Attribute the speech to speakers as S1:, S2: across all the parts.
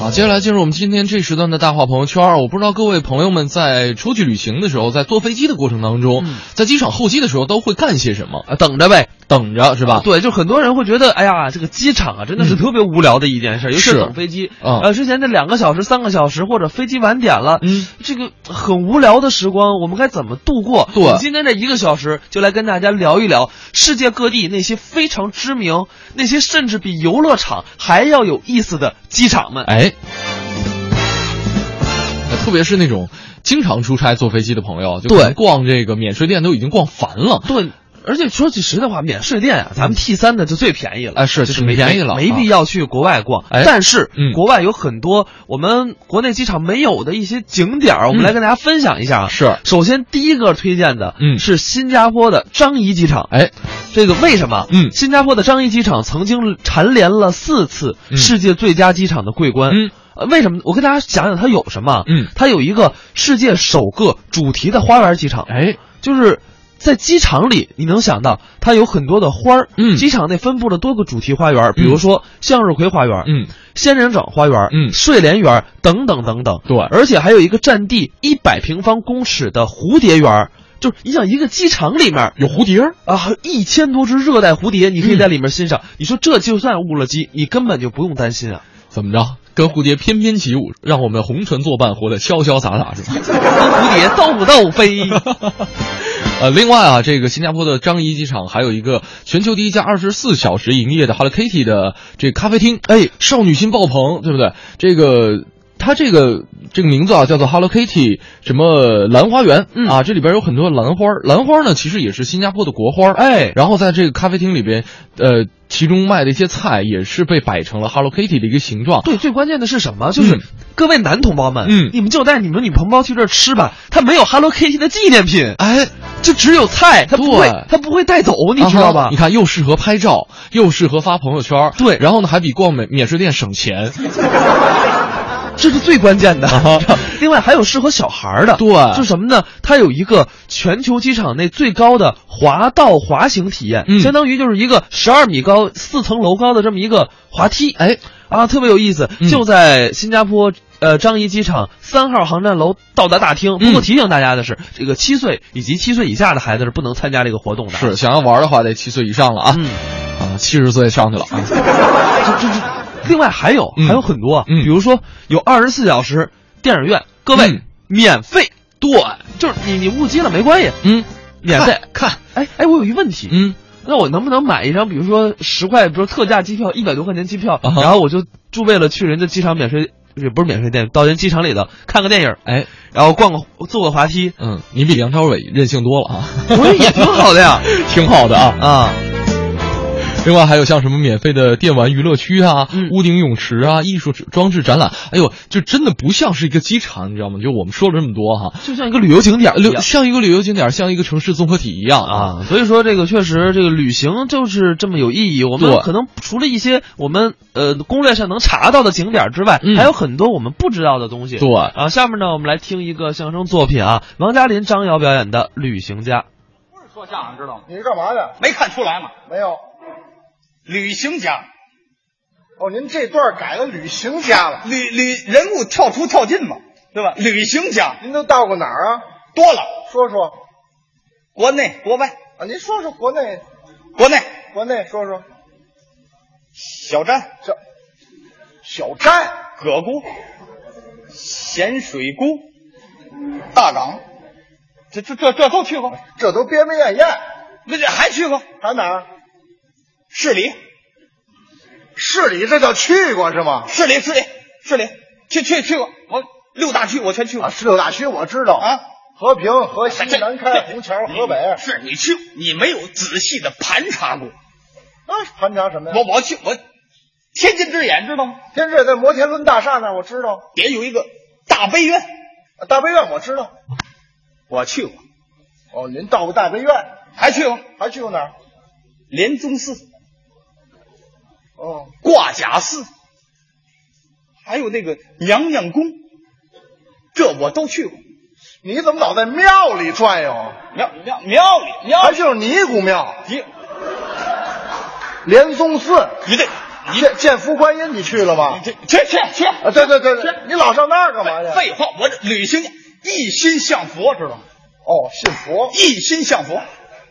S1: 好，接下来进入我们今天这时段的大话朋友圈儿。我不知道各位朋友们在出去旅行的时候，在坐飞机的过程当中，
S2: 嗯
S1: 在机场候机的时候都会干些什么？啊、等着呗，等着是吧？
S2: 对，就很多人会觉得，哎呀，这个机场啊，真的是特别无聊的一件事，尤其
S1: 嗯是
S2: 是等飞机。
S1: 嗯
S2: 呃，之前这两个小时、三个小时，或者飞机晚点了，
S1: 嗯，
S2: 这个很无聊的时光，我们该怎么度过？
S1: 对
S2: 我们今天这一个小时就来跟大家聊一聊世界各地那些非常知名、那些甚至比游乐场还要有意思的机场们。
S1: 哎，特别是那种经常出差坐飞机的朋友，就可能
S2: 对
S1: 逛这个免税店都已经逛烦了。
S2: 对，而且说句实在话，免税店啊，咱们 T 三的就最便宜了，
S1: 哎是
S2: 就是
S1: 挺
S2: 没
S1: 便宜了
S2: 没
S1: 啊
S2: 必要去国外逛。
S1: 哎
S2: 但是、
S1: 嗯
S2: 国外有很多我们国内机场没有的一些景点儿，我们
S1: 嗯
S2: 来跟大家分享一下啊。
S1: 是
S2: 首先第一个推荐的，
S1: 嗯
S2: 是新加坡的樟宜机场。
S1: 哎，
S2: 这个为什么？
S1: 嗯
S2: 新加坡的樟宜机场曾经蝉联了四次
S1: 嗯
S2: 世界最佳机场的桂冠。
S1: 嗯
S2: 呃，为什么？我跟大家讲讲它有什么啊。
S1: 嗯
S2: 它有一个世界首个主题的花园机场。
S1: 哎，
S2: 就是在机场里，你能想到它有很多的花儿。
S1: 嗯
S2: 机场内分布了多个主题花园，比如说向日葵花园、
S1: 嗯，
S2: 仙人掌花园、
S1: 嗯
S2: 睡莲园等等等等。
S1: 对
S2: 而且还有一个占地一百平方公尺的蝴蝶园，就是你想一个机场里面。
S1: 有蝴蝶儿，
S2: 啊，一千多只热带蝴蝶，你可以在里面欣
S1: 嗯
S2: 赏。你说这就算误了机，你根本就不用担心 啊。
S1: 怎么着？跟蝴蝶翩翩起舞，让我们红尘作伴，活得潇潇洒洒，是吧？
S2: 蝴蝶逗 逗飞。
S1: 呃，另外啊，这个新加坡的樟宜机场还有一个全球第一家二十四小时营业的 Hello Kitty 的这咖啡厅，哎，少女心爆棚，对不对？这个。它这个这个名字啊，叫做 Hello Kitty 什么兰花园、
S2: 嗯
S1: 啊，这里边有很多兰花。兰花呢，其实也是新加坡的国花。
S2: 哎，
S1: 然后在这个咖啡厅里边，呃，其中卖的一些菜也是被摆成了 Hello Kitty 的一个形状。
S2: 对，最关键的是什么？就是、
S1: 嗯
S2: 各位男同胞们，
S1: 嗯
S2: 你们就带你们女同胞去这儿吃吧，它没有 Hello Kitty 的纪念品，
S1: 哎，
S2: 就只有菜，它不
S1: 对
S2: 会，它不会带走，你知道
S1: 啊哈
S2: 吧
S1: 你？看，又适合拍照，又适合发朋友圈，
S2: 对
S1: 然后呢，还比逛免免税店省 钱。
S2: 这是最关键的。
S1: 啊哈
S2: 另外还有适合小孩儿的，
S1: 对
S2: 就是什么呢？它有一个全球机场内最高的滑道滑行体验，
S1: 嗯
S2: 相当于就是一个十二米高、四层楼高的这么一个滑梯。
S1: 哎，
S2: 啊，特别有意思，
S1: 嗯
S2: 就在新加坡呃樟宜机场三号航站楼到达大厅。不
S1: 嗯
S2: 过提醒大家的是，这个七岁以及七岁以下的孩子是不能参加这个活动的。
S1: 是，想要玩的话，得七岁以上了啊，
S2: 嗯，
S1: 啊，七十岁上去了啊。
S2: 这这这，另外还有、
S1: 嗯
S2: 还有很多，啊
S1: 嗯
S2: 比如说有二十四小时电影院，各位、
S1: 嗯
S2: 免费，对，就是你你误机了没关系，
S1: 嗯，
S2: 免费
S1: 看，
S2: 哎哎，我有一问题，
S1: 嗯，
S2: 那我能不能买一张，比如说十块，比如说特价机票，一百多块钱机票，
S1: 啊哈
S2: 然后我就就为了去人家机场免税，也不是免税店，到人机场里头看个电影，
S1: 哎，
S2: 然后逛个坐个滑 梯，
S1: 嗯，你比梁朝伟任性多了啊，
S2: 我觉得也挺好的呀。
S1: 挺好的啊。
S2: 啊，
S1: 另外还有像什么免费的电玩娱乐区啊、
S2: 嗯
S1: 屋顶泳池啊、艺术装置展览，哎呦，就真的不像是一个机场，你知道吗？就我们说了这么多哈、
S2: 就像一个旅游景点一
S1: 旅
S2: 样
S1: 像一个旅游景点，像一个城市综合体一样啊。
S2: 啊，所以说这个确实，这个旅行就是这么有意义。我们
S1: 对
S2: 可能除了一些我们呃攻略上能查到的景点之外，
S1: 嗯
S2: 还有很多我们不知道的东西。
S1: 对，
S2: 啊，下面呢，我们来听一个相声作品啊，王嘉林、张瑶表演的《旅行家》。
S3: 说相声知道吗？
S4: 你是干嘛的？
S3: 没看出来吗？
S4: 没有。
S3: 旅行家，
S4: 哦，您这段改了旅行家了。
S3: 旅旅人物跳出跳进嘛，对吧？旅行家
S4: 您都到过哪儿啊？
S3: 多了，
S4: 说说
S3: 国内国外，
S4: 啊，您说说国内，
S3: 国内
S4: 国内说说
S3: 小站、
S4: 小小寨、
S3: 葛沽、咸水沽、大港，这这这这都去过，
S4: 这都边边验验，
S3: 那这还去过
S4: 还哪儿？
S3: 市里、
S4: 市里这叫去过是吗？
S3: 市里、市里、市里，去去去过，我六大区我全去过
S4: 啊，十六大区我知道
S3: 啊。
S4: 和平、河西、
S3: 这
S4: 南开、
S3: 这
S4: 红桥、河北
S3: 你是你去，你没有仔细的盘查过。
S4: 啊，盘查什么
S3: 我
S4: 呀？
S3: 我去我，天津之眼知道吗？
S4: 天津在摩天轮大厦那儿，我知道。
S3: 也有一个大悲院，
S4: 啊大悲院我知道。
S3: 我去过，
S4: 哦，您到过大悲院，
S3: 还去过
S4: 还去过哪儿？
S3: 莲宗寺、
S4: 哦，
S3: 挂甲寺，还有那个娘娘宫，这我都去过。
S4: 你怎么老在庙里转悠？啊
S3: 庙庙庙 里庙
S4: 还
S3: 里，
S4: 就是尼姑庙、
S3: 你
S4: 莲宗寺。
S3: 你这
S4: 见见福观音，你去了吗？
S5: 这去去去
S4: 啊，对对对对，你老上那儿干嘛去？
S5: 废话，我这旅行一心向佛，知道吗？
S4: 哦，信佛
S5: 一心向佛，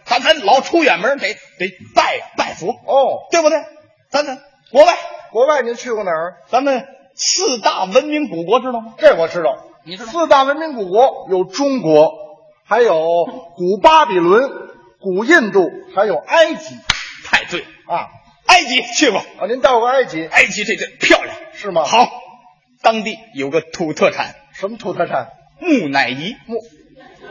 S5: 咱咱老出远门得得拜拜佛，
S4: 哦。
S5: 对不对？咱咱国外，
S4: 国外您去过哪儿？
S5: 咱们四大文明古国知道吗？
S4: 这我知道。
S5: 你知道
S4: 四大文明古国有中国，还有古巴比伦、古印度，还有埃及
S5: 太对，
S4: 啊
S5: 埃及去过，
S4: 啊！您到过埃及
S5: 埃及这这漂亮
S4: 是吗？，
S5: 好，当地有个土特产
S4: 什么土特产？
S5: 木乃伊，
S4: 木木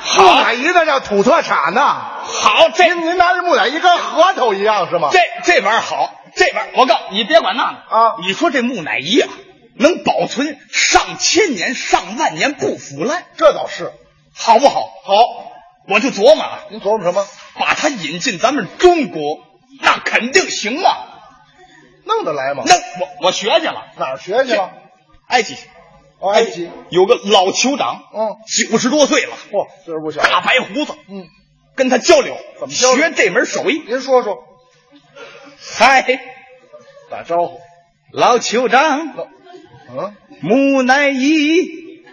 S5: 好
S4: 乃伊那叫土特产呐、
S5: 好这
S4: 您您拿这木乃伊跟核桃一样是吗？
S5: 这这玩意儿好，这玩意儿我告诉你，你别管那个
S4: 啊
S5: 你说这木乃伊啊，能保存上千年、上万年不腐烂，
S4: 这倒是
S5: 好不好？
S4: 好。
S5: 我就琢磨啊，
S4: 您琢磨什么？
S5: 把它引进咱们中国，那肯定行啊！
S4: 弄得来吗？
S5: 那我我学去了，
S4: 哪儿学去了？
S5: 埃及，
S4: 哦，埃及。
S5: 有个老酋长，
S4: 嗯，
S5: 九十多岁了，
S4: 嚯，岁数不小。
S5: 大白胡子，
S4: 嗯，
S5: 跟他交流，
S4: 怎么交流
S5: 学这门手艺？
S4: 您说说，
S5: 嗨，
S4: 打招呼。
S5: 老酋长，
S4: 嗯，
S5: 木乃伊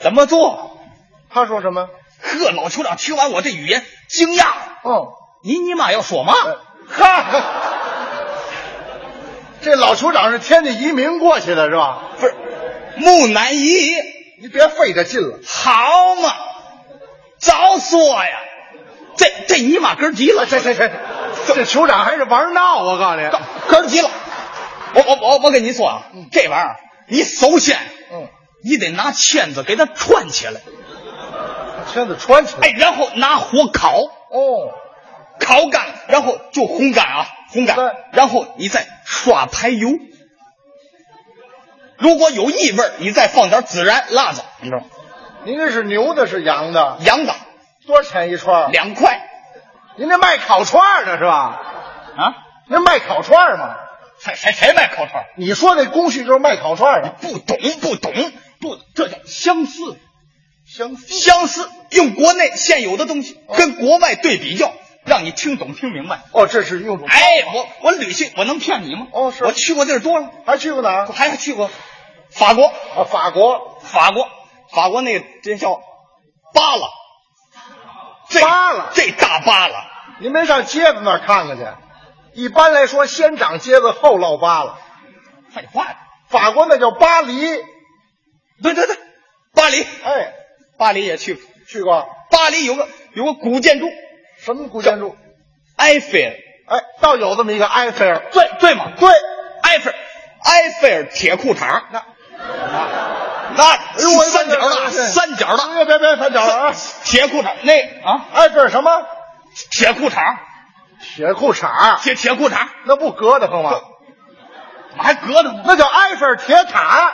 S5: 怎么做？
S4: 他说什么？
S5: 呵，老酋长听完我这语言，惊讶了。
S4: 嗯，
S5: 你尼玛要说嘛？
S4: 哎哈，这老酋长是天津移民过去的是吧？
S5: 不是，
S4: 哎
S5: 木乃伊，
S4: 你别费这劲了，
S5: 好嘛，早说呀！这这尼玛根儿急了，
S4: 哎这这这，这酋长还是玩闹，啊我告诉
S5: 根
S4: 你。
S5: 根儿急了。我我我我跟你说啊，这玩意儿你首先
S4: 嗯，
S5: 你得拿签子给它串起来，
S4: 圈子穿起来。
S5: 哎，然后拿火烤，
S4: 哦，
S5: 烤干，然后就烘干啊，烘干
S4: 对，
S5: 然后你再刷排油。如果有异味儿，你再放点孜然、辣子，你知道吗？
S4: 您这是牛的，是羊的？
S5: 羊的
S4: 多少钱一串？
S5: 两块
S4: 您这卖烤串的是吧？
S5: 啊？
S4: 您卖烤串吗？
S5: 谁谁谁卖烤串儿？
S4: 你说那工序就是卖烤串的，
S5: 不懂不懂不，这叫相似
S4: 相似。
S5: 相似，用国内现有的东西跟国外对比较，让你听懂听明白。
S4: 哦，这是用种。
S5: 哎，我我旅行我能骗你吗？
S4: 哦是
S5: 我去过地儿多了，
S4: 还去过哪儿
S5: 我？还去过法国，
S4: 啊，法国
S5: 法国，法国那个这叫巴拉，这
S4: 巴拉
S5: 这大巴拉，
S4: 您没上街子那儿看看去？一般来说，先长疖子后落疤了。
S5: 废话，
S4: 法国那叫巴黎，
S5: 对对对，巴黎，
S4: 哎，
S5: 巴黎也去过，
S4: 去过
S5: 巴黎有个有个古建筑
S4: 什么古建筑？
S5: 埃菲尔，
S4: 哎，倒有这么一个埃菲尔。
S5: 对对嘛，
S4: 对，
S5: 埃菲尔，埃菲尔铁裤�衩，
S4: 那
S5: 那
S4: 哎呦我
S5: 三角的，三角的，
S4: 别别别翻脚了啊！
S5: 铁裤衩，那啊，
S4: 埃菲尔什么？
S5: 铁裤衩，
S4: 铁裤衩，
S5: 铁铁裤衩，
S4: 那不疙瘩慌吗？
S5: 还疙瘩吗？
S4: 那叫埃菲尔铁塔，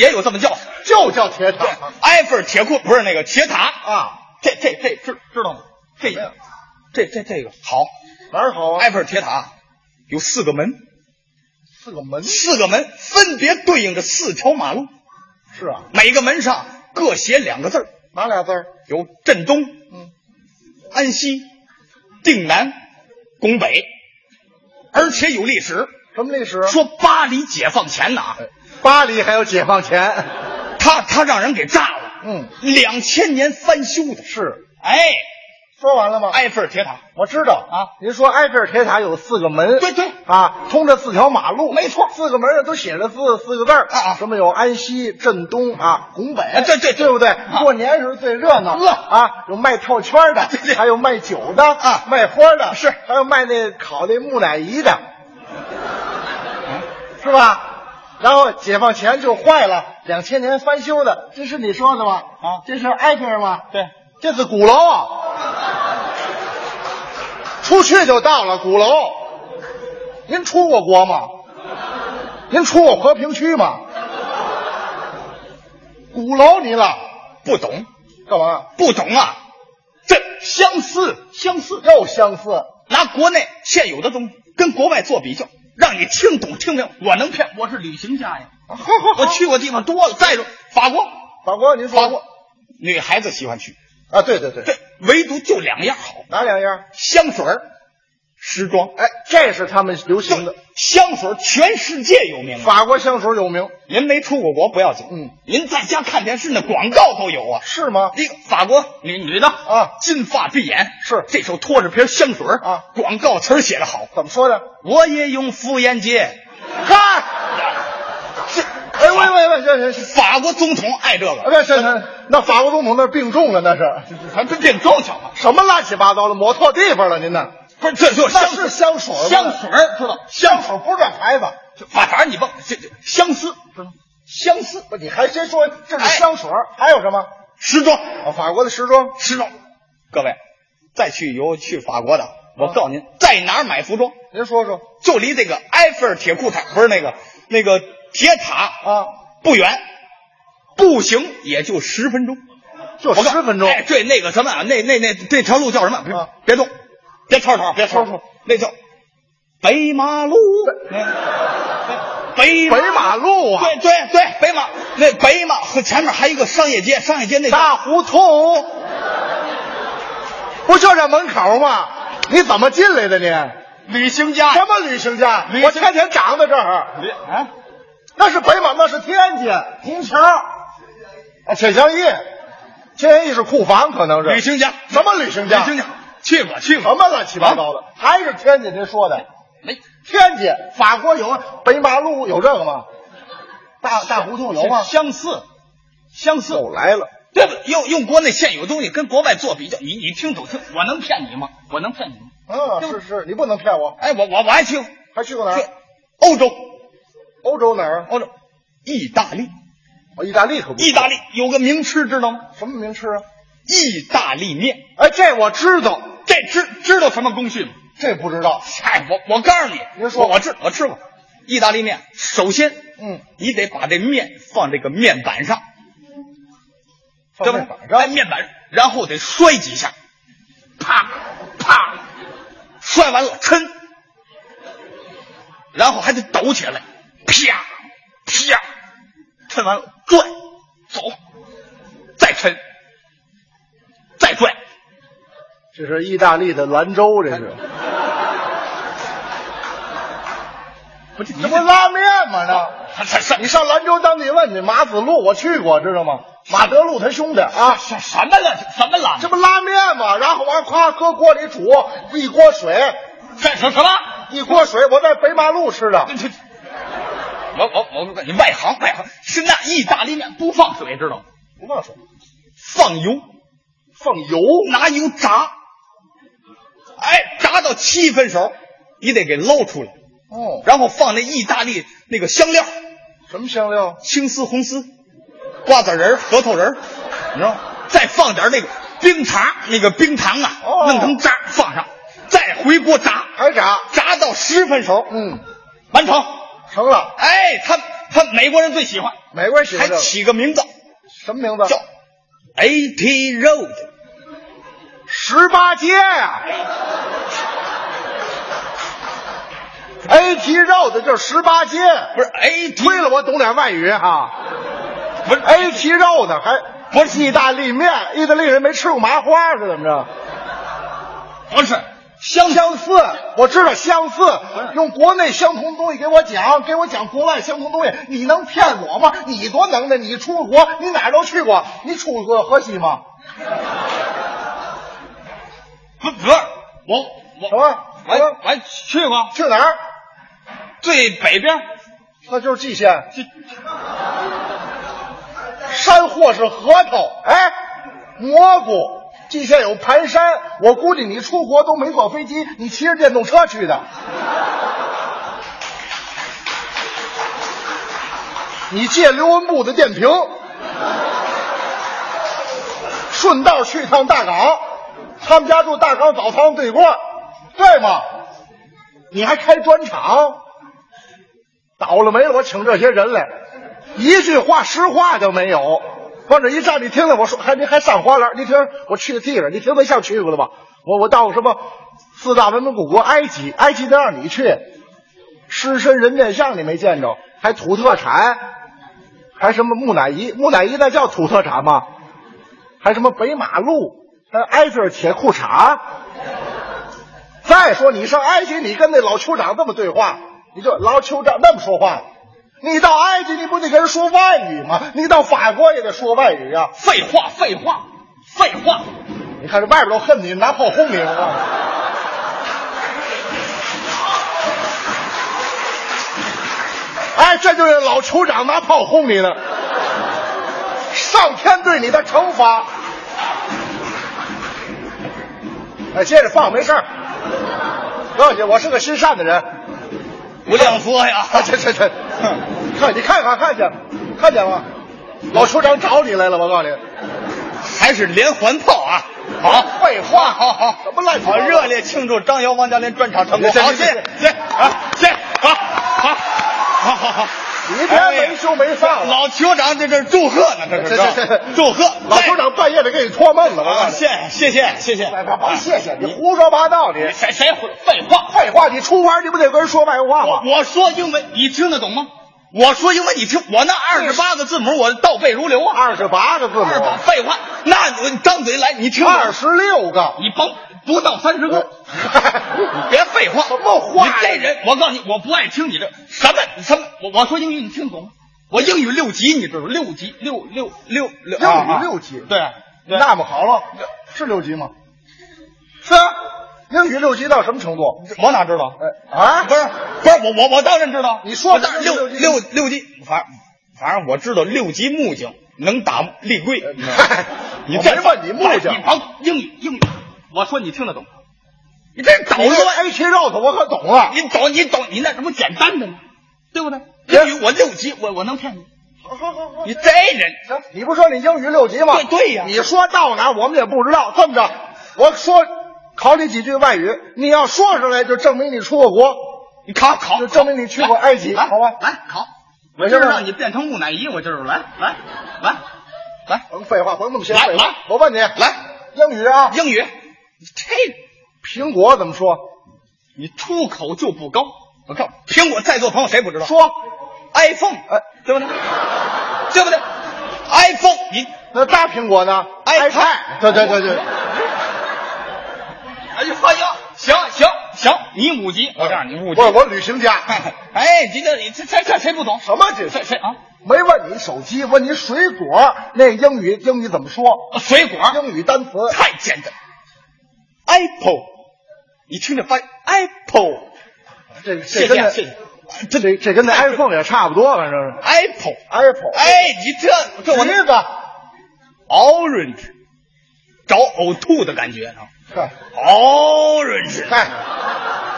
S5: 也有这么叫的，
S4: 就叫铁
S5: 对
S4: 塔，
S5: 埃菲尔铁裤不是那个铁塔
S4: 啊。
S5: 这这这知知道吗？这
S4: 什么呀
S5: 这这这个好，
S4: 哪儿好啊？
S5: 埃菲尔铁塔有四个门，
S4: 四个门
S5: 四个门分别对应着四条马路，
S4: 是啊，
S5: 每个门上各写两个字儿，
S4: 哪俩字儿？
S5: 有镇东、
S4: 嗯
S5: 安西、定南、拱北，而且有历史。
S4: 什么历史？哎
S5: 说巴黎解放前呐，
S4: 巴黎还有解放前。
S5: 他他让人给炸了，
S4: 嗯，
S5: 两千年翻修的。
S4: 是。
S5: 哎，
S4: 说完了吗？
S5: 埃菲尔铁塔，
S4: 我知道
S5: 啊
S4: 您说埃菲尔铁塔有四个门，
S5: 对对
S4: 啊，通着四条马路，
S5: 没错
S4: 四个门上都写着四四个字儿
S5: 啊啊
S4: 什么有安西、镇东啊、拱北，
S5: 哎对对对
S4: 对不对？过年时候最热闹，
S5: 呵
S4: 啊，有卖套圈的，
S5: 对对
S4: 还有卖酒的
S5: 啊
S4: 卖花的，
S5: 是
S4: 还有卖那烤那木乃伊的，是吧？然后解放前就坏了，两千年翻修的，这是你说的吗？
S5: 啊
S4: 这是埃菲尔吗？
S5: 对，
S4: 这是鼓楼啊，出去就到了鼓楼。您出过国吗？您出过和平区吗？鼓楼你了，
S5: 不懂
S4: 干嘛？
S5: 不懂啊，这相似相似。
S4: 又相似，
S5: 拿国内现有的东西跟国外做比较，让你听懂听明白。我能骗？我是旅行家呀，我去过地方多了。再说法国，
S4: 法国您
S5: 法
S4: 说
S5: 国女孩子喜欢去，
S4: 啊？对对对，
S5: 这唯独就两样好：
S4: 哪两样？
S5: 香水儿时装，
S4: 哎，这是他们流行
S5: 就
S4: 的。
S5: 香水全世界有名啊。
S4: 法国香水有名，
S5: 您没出过国不要紧，
S4: 嗯，
S5: 您在家看电视那广告都有啊。
S4: 是吗？
S5: 那个法国女女的
S4: 啊，
S5: 金发碧眼，
S4: 是
S5: 这手拖着瓶香水儿
S4: 啊，
S5: 广告词儿写得好。
S4: 怎么说的？
S5: 我也用妇炎洁，
S4: 嗨，
S5: 这
S4: 哎，喂喂喂，这这，
S5: 法国总统爱这个，
S4: 这这这，那法国总统那病重了，那是
S5: 还真变高巧了。
S4: 什么乱七八糟的，抹错地方了，您呢？
S5: 不是，这就
S4: 那
S5: 香
S4: 是香水吗
S5: 香水儿知道？
S4: 香水不是这牌子，
S5: 反反正你甭这这相思，相思
S4: 不，你还真说这
S5: 哎
S4: 是香水？还有什么？
S5: 时装
S4: 啊，法国的时装，
S5: 时装，各位再去游去法国的，我告诉您，在哪儿买服装，
S4: 您说说
S5: 就离这个埃菲尔铁裤衩不是那个那个铁塔
S4: 啊，
S5: 不远，步行也就十分钟。
S4: 就
S5: 我告
S4: 哦十分钟，
S5: 哎，对，那个什么啊，那那那这条路叫什么？别、
S4: 啊
S5: 别动，别吵吵，别吵
S4: 吵吵，
S5: 那叫北马路。那北
S4: 北马路啊，
S5: 对对对，北马那北马和前面还有一个商业街，商业街那啊
S4: 大胡同，不就在门口吗？你怎么进来的你？
S5: 旅行家
S4: 什么旅行家？
S5: 旅行
S4: 我天天长在这儿。
S5: 啊，
S4: 那是北马，那是天津虹桥，啊，铁匠驿，铁匠驿是库房，可能是
S5: 旅行家
S4: 什么旅行家？哦
S5: 旅行家去过去
S4: 什
S5: 过，
S4: 么乱七八糟的？还是天津您说的？
S5: 没
S4: 天津、法国有北马路有这个吗？大大胡同有啊吗？
S5: 相似，相似，
S4: 又来了，
S5: 对不？用用国内现有东西跟国外做比较，你你听懂听？我能骗你吗？我能骗你吗？
S4: 嗯，是是，你不能骗我。
S5: 哎，我我我还
S4: 啊
S5: 听去
S4: 还去过哪儿？
S5: 欧洲，
S4: 欧洲哪儿啊？
S5: 欧洲，意大利，
S4: 哦，意大利可不。
S5: 意大利有个名吃知道吗？
S4: 什么名吃啊？
S5: 意大利面，
S4: 哎，这我知道，
S5: 这知知道什么工序吗？
S4: 这不知道。
S5: 哎，我我告诉你，
S4: 您说
S5: 我我吃我吃过意大利面。首先，
S4: 嗯，
S5: 你得把这面放这个面板上，对
S4: 放
S5: 吧
S4: 在板上
S5: 哎，面板，然后得摔几下，啪啪，摔完了抻，然后还得抖起来，啪啪，抻完了转，走，再抻，再转，
S4: 这是意大利的兰州，这是
S5: 不是你
S4: 这不拉面吗？这
S5: 什什什
S4: 你上兰州当地问去，马子路我去过，知道吗？马德路他兄弟啊，
S5: 什什么了什么了？
S4: 这不拉面吗？然后完夸搁锅里煮一锅水，
S5: 这什什么？
S4: 一锅水，我在北马路吃的
S5: 这这，我我我，你外行外行，是那意大利面不放水，知道吗？
S4: 不放水，
S5: 放油，
S4: 放油，
S5: 拿油炸，哎，炸到七分熟，你得给捞出来，
S4: 哦，
S5: 然后放那意大利那个香料，
S4: 什么香料？
S5: 青丝、红丝、瓜子仁儿、核桃仁儿，你知道吗？再放点那个冰茶，那个冰糖啊，
S4: 哦
S5: 弄成渣放上，再回锅炸，
S4: 还炸？
S5: 炸到十分熟，
S4: 嗯，
S5: 完成。
S4: 成了。
S5: 哎，他他美国人最喜欢，
S4: 美国人喜欢
S5: 还
S4: 这个
S5: 起个名字
S4: 什么名字？
S5: 叫 AT Road，
S4: 十八街啊呀、a t 肉的就是十八街，
S5: 不是 AT，
S4: 亏了哎我懂点外语哈。
S5: 不是
S4: A T 肉的还
S5: 不是
S4: 意大利面，意大利人没吃过麻花是怎么着？
S5: 不是
S4: 相似，我知道相似。用国内相同东西给我讲，给我讲国外相同东西，你能骗我吗？你多能耐，你出国，你哪儿都去过，你出过河西吗？
S5: 不不是我我
S4: 什么？
S5: 我还我还去过
S4: 去哪儿？
S5: 最北边，
S4: 那就是蓟县。山货是核桃，哎，蘑菇。蓟县有盘山，我估计你出国都没坐飞机，你骑着电动车去的。你借刘文步的电瓶，顺道去趟大港，他们家住大港澡堂对过，对吗？你还开砖厂，倒了霉了，我请这些人来，一句话实话都没有。往这一站，你听听我说，还您还上花篮？你听我去的地方，你听没像去过了吧？我我到什么四大文明古国埃及，埃及能让你去？狮身人面像你没见着，还土特产，还什么木乃伊？木乃伊那叫土特产吗？还什么北马路？还埃菲尔铁裤衩？再说你上埃及，你跟那老酋长这么对话，你就老酋长那么说话，你到埃及你不得跟人说外语吗？你到法国也得说外语呀、
S5: 废话，废话，废话！
S4: 你看这外边都恨你，拿炮轰你啊！哎，这就是老酋长拿炮轰你呢，上天对你的惩罚。哎，接着放，没事儿。不要紧，我是个心善的人。
S5: 不亮说呀
S4: 啊，！ 这这这，
S5: 哼
S4: 看你看看看见了，看见了吗？老酋长找你来了，我告诉你。
S5: 还是连环炮啊！ 好，
S4: 废话
S5: 好好，
S4: 什么乱七八
S5: 好
S4: 糟
S5: 热烈庆祝张瑶、王嘉林专场成功！
S4: 行
S5: 好，
S4: 行
S5: 谢谢
S4: 行，
S5: 谢谢啊，谢谢，好，好，好好好。哎
S4: 你别没羞没臊了。
S5: 老酋长在这儿祝贺呢，这是
S4: 啊这这这
S5: 祝贺，
S4: 老酋长半夜的给你托梦了，我告
S5: 啊，
S4: 诉你。
S5: 谢谢谢谢谢谢，
S4: 哎甭谢谢，你胡说八道，你
S5: 谁谁会废话？
S4: 废话，你出门你不得跟人说外话
S5: 我
S4: 吗？
S5: 我说英文，你听得懂吗？我说英文，你听我那二十八个字母，我倒背如流啊！
S4: 二十八个字
S5: 二
S4: 母，
S5: 废话，那你张嘴来，你听着
S4: 二，十六个，
S5: 你甭不到三十个，你别废话，
S4: 什么话
S5: 你
S4: 呀
S5: 这人，我告诉你，我不爱听你这什么什么，我我说英语你听得懂吗？我英语六级，你知道吗六级六六六六，
S4: 英
S5: 啊
S4: 语六级，
S5: 对啊对啊
S4: 那么好了，是六级吗？是啊，英语六级到什么程度？
S5: 我哪知道？
S4: 哎啊，
S5: 不是不是，我我我当然知道。
S4: 你说
S5: 我当然六
S4: 六级
S5: 六六级，反反正我知道六级木匠能打立柜。
S4: 嗨
S5: 你
S4: 呃我
S5: 这
S4: 没问你木匠
S5: 你甭英语英语，我说你听得懂吗？你这捣
S4: 你这
S5: 乱，
S4: 黑皮肉头我可懂了。
S5: 你懂你懂，你那这不简单的吗？对不对？
S4: 别
S5: 英语我六级，我我能骗你？
S4: 好好好好
S5: 你这人
S4: 行，你不说你英语六级吗？
S5: 对对呀
S4: 你说到哪儿我们也不知道。这么着，我说考你几句外语，你要说出来就证明你出过国，
S5: 你考考，
S4: 就证明你去过埃及，
S5: 啊来
S4: 好吧？
S5: 来考，我
S4: 没
S5: 今
S4: 事
S5: 儿
S4: 吧
S5: 让你变成木乃伊，我今儿来来来来
S4: 甭废话，甭那么些
S5: 来
S4: 废话
S5: 来。
S4: 我问你，
S5: 来，
S4: 英语啊，
S5: 英语，你这。
S4: 苹果怎么说？
S5: 你出口就不高。我告诉你苹果在座朋友谁不知道？
S4: 说
S5: iPhone，
S4: 哎
S5: 对不对？对不对？iPhone，你
S4: 那大苹果呢？
S5: iPad
S4: 对对对对，
S5: 哎哎呀，哎呀，行行行，你五级，我告诉你五级。
S4: 我我旅行家，
S5: 哎，你这你这这这谁不懂？
S4: 什么这
S5: 谁谁啊？
S4: 没问你手机，问你水果那英语英语怎么说？
S5: 水果
S4: 英语单词
S5: 太简单，Apple，你听着发音 Apple，
S4: 这个
S5: 谢谢
S4: 这跟
S5: 啊
S4: 那
S5: 谢谢
S4: 这这这跟那 iPhone 也差不多，反正是
S5: Apple，
S4: Apple。
S5: 哎，你这这我
S4: 橘子，
S5: orange，找呕吐的感觉啊
S4: 嗨
S5: ，orange。
S4: 嗨，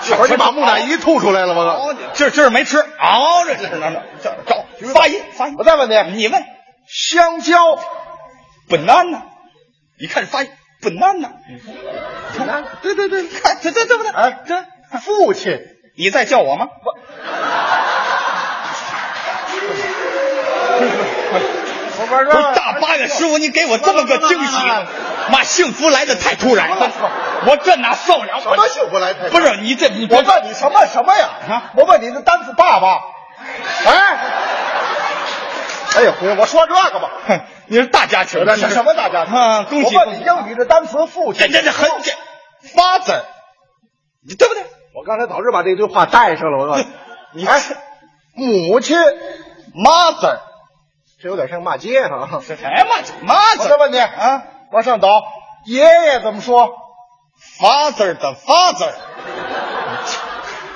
S4: 一会儿你把木乃伊吐出来了吗？
S5: 哦，这这是没吃，熬着这是呢，这找发音发音
S4: 我，再问你，
S5: 你问
S4: 香蕉，
S5: banana，你看发音 banana，对对对，看这这对不对？
S4: 哎
S5: 这
S4: 父亲，
S5: 你在叫我吗？
S4: 我不是
S5: 不是大八月十五，你给我这么个惊喜，妈幸福来的太突然了，我这哪受得了？
S4: 什么幸福来太？
S5: 不，是你这你
S4: 我问你什么什么呀
S5: 啊？
S4: 我问你那单词爸爸，哎。哎呀，我说这个吧，
S5: 哼你是大家庭，
S4: 这是什么大家庭？
S5: 啊？恭喜
S4: 我
S5: 恭
S4: 问
S5: 喜
S4: 你！英语这单词父
S5: 这
S4: 亲，
S5: 这这很这 father，你对不对？
S4: 我刚才早知把这句话带上了，我告诉你，
S5: 你
S4: 哎，母亲，
S5: mother，
S4: 这有点像骂街呢啊。
S5: 这什么
S4: 我再
S5: mother
S4: 问你
S5: 啊？
S4: 往上走，爷爷怎么说？
S5: father 的 father，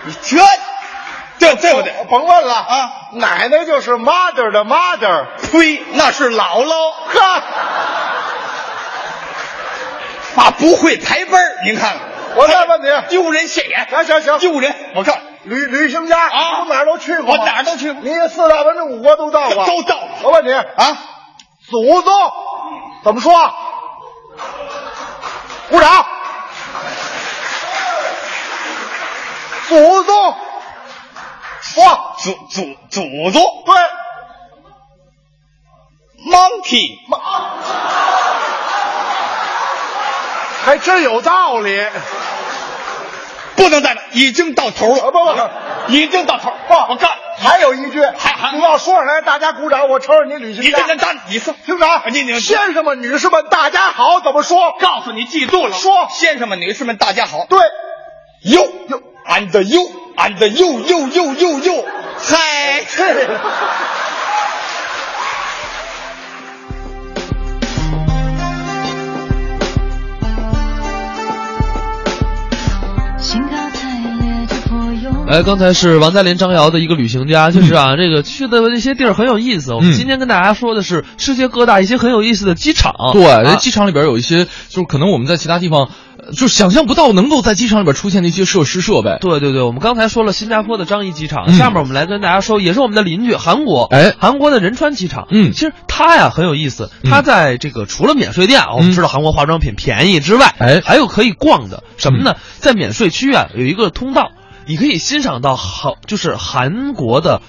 S5: 你这这对不对？
S4: 甭问了
S5: 啊！
S4: 奶奶就是 mother 的 mother。
S5: 呸，那是姥姥，
S4: 呵，
S5: 妈不会排班儿您看看，
S4: 我再问你，
S5: 丢人现眼，
S4: 行行行，
S5: 丢人！我告诉你，
S4: 旅旅行家，
S5: 啊
S4: 你不哪儿都去过
S5: 我
S4: 吗？
S5: 哪儿都去过
S4: 你四大文明五国都到过。
S5: 都到了
S4: 我问你，
S5: 啊！
S4: 祖宗怎么说？鼓掌。祖宗说
S5: 祖祖祖宗
S4: 对，
S5: monkey，
S4: 还真有道理。
S5: 不能再了，已经到头
S4: 啊
S5: 了，
S4: 不不。
S5: 已经到头了。
S4: 不，
S5: 我告诉
S4: 还有一句，
S5: 还还
S4: 你要说出来，大家鼓掌，我承认你旅
S5: 你，
S4: 行
S5: 你
S4: 家
S5: 这。这这，你说，
S4: 厅长，
S5: 你你
S4: 先生们、女士们，大家好，怎么说？
S5: 告诉你，记住了，
S4: 说
S5: 先生们、女士们，大家好，
S4: 对，
S3: you and you and you you you you you，嗨。
S6: 兴高采烈地破蛹。
S2: 哎，刚才是王嘉林、张瑶的一个旅行家，就是啊，这个去的这些地儿很有意思。我们今天跟大家说的是世界各大一些很有意思的机场。
S1: 对，那
S2: 啊
S1: 机场里边有一些，就是可能我们在其他地方，呃就想象不到能够在机场里边出现的一些设施设备。
S2: 对对对，我们刚才说了新加坡的张仪机场，
S1: 嗯
S2: 下面我们来跟大家说，也是我们的邻居韩国，
S1: 哎
S2: 韩国的仁川机场，
S1: 嗯
S2: 其实它呀很有意思，它在这个除了免税店啊，我们知道韩国化妆品便宜之外，
S1: 嗯哎嗯
S2: 还有可以逛的什么呢？在免税区啊有一个通道，你可以欣赏到好就是韩国的，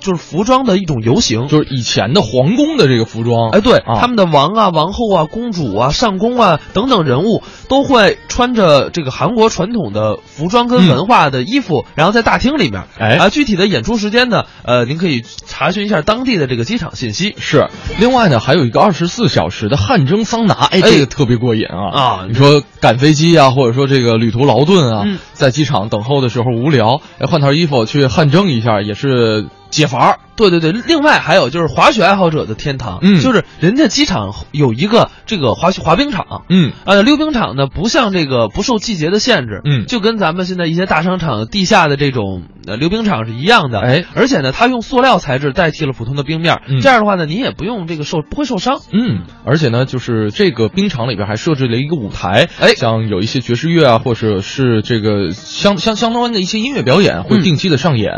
S2: 就是服装的一种游行。
S1: 就是以前的皇宫的这个服装，
S2: 哎，对，
S1: 啊
S2: 他们的王啊、王后啊、公主啊、上宫啊等等人物都会穿着这个韩国传统的服装跟
S1: 嗯
S2: 文化的衣服，然后在大厅里面，
S1: 哎
S2: 啊，具体的演出时间呢，呃，您可以查询一下当地的这个机场信息。
S1: 是。另外呢，还有一个二十四小时的汗蒸桑拿，哎，
S2: 哎
S1: 这个特别过瘾啊！
S2: 啊
S1: 你说赶飞机啊，或者说这个旅途劳顿啊，
S2: 嗯
S1: 在机场等候的时候无聊，哎，换套衣服去汗蒸一下也是解乏儿。
S2: 对对对，另外还有就是滑雪爱好者的天堂，
S1: 嗯
S2: 就是人家机场有一个这个滑雪滑冰场，
S1: 嗯，
S2: 呃，溜冰场呢不像这个不受季节的限制，
S1: 嗯
S2: 就跟咱们现在一些大商场地下的这种呃溜冰场是一样的，
S1: 哎，
S2: 而且呢，它用塑料材质代替了普通的冰面，
S1: 嗯
S2: 这样的话呢，你也不用这个受不会受伤，
S1: 嗯，而且呢，就是这个冰场里边还设置了一个舞台，哎，像有一些爵士乐啊，或者是这个相相相关的一些音乐表演会定期的上演、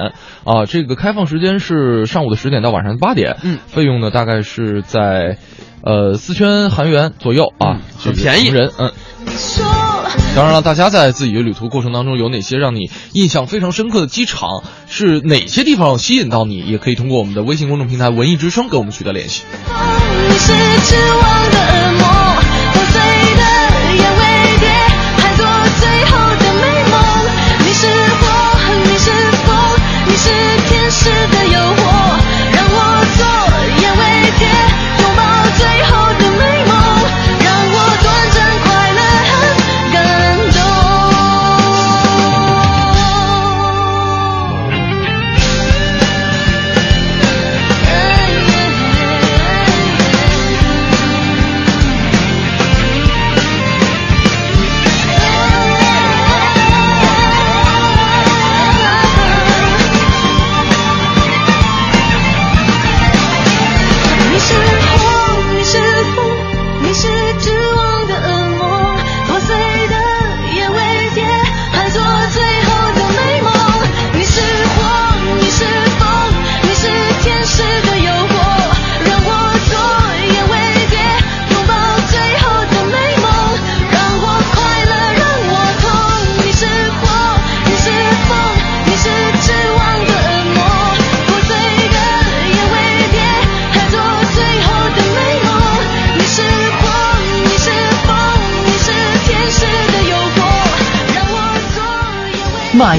S2: 嗯
S1: 啊。这个开放时间是上午的十点到晚上的八点，
S2: 嗯
S1: 费用呢大概是在，呃，四千韩元左右啊，
S2: 嗯很
S1: 这个
S2: 便宜
S1: 成人嗯。
S6: 你说
S1: 当然了，大家在自己的旅途过程当中，有哪些让你印象非常深刻的机场？是哪些地方吸引到你？也可以通过我们的微信公众平台“文艺之声”跟我们取得联系。
S6: 你是痴妄的恶魔，破碎的眼为蝶，还做最后的美梦。你是火，你是风，你是天使的诱惑，让我做眼为蝶，拥抱最后的美梦，让我短暂快乐很感动。你是火，你是风，你是绝望的恶魔，破碎的眼为蝶，喊作最后的美梦。你是火，你是风，你是天使的诱惑，让我做眼为蝶，拥抱最后的美梦，让我快乐，让我痛。你是火，你是风，你是绝望的恶魔，破碎的眼为蝶。还做最后的美梦。你是火，你是风，你是天使的诱惑，让我做眼为。
S7: 买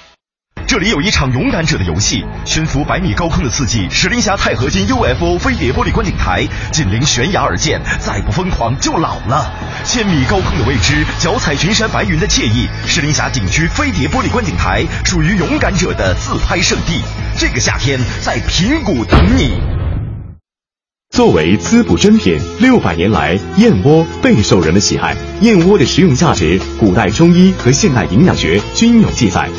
S8: 这里有一场勇敢者的游戏，悬浮百米高空的刺激，石林峡钛合金 UFO 飞碟玻璃观景台，紧邻悬崖而建，再不疯狂就老了。千米高空的未知，脚踩群山白云的惬意，石林峡景区飞碟玻璃观景台属于勇敢者的自拍圣地。这个夏天在平谷等你。
S9: 作为滋补珍品，六百年来燕窝备受人们喜爱。燕窝的食用价值，古代中医和现代营养学均有记载。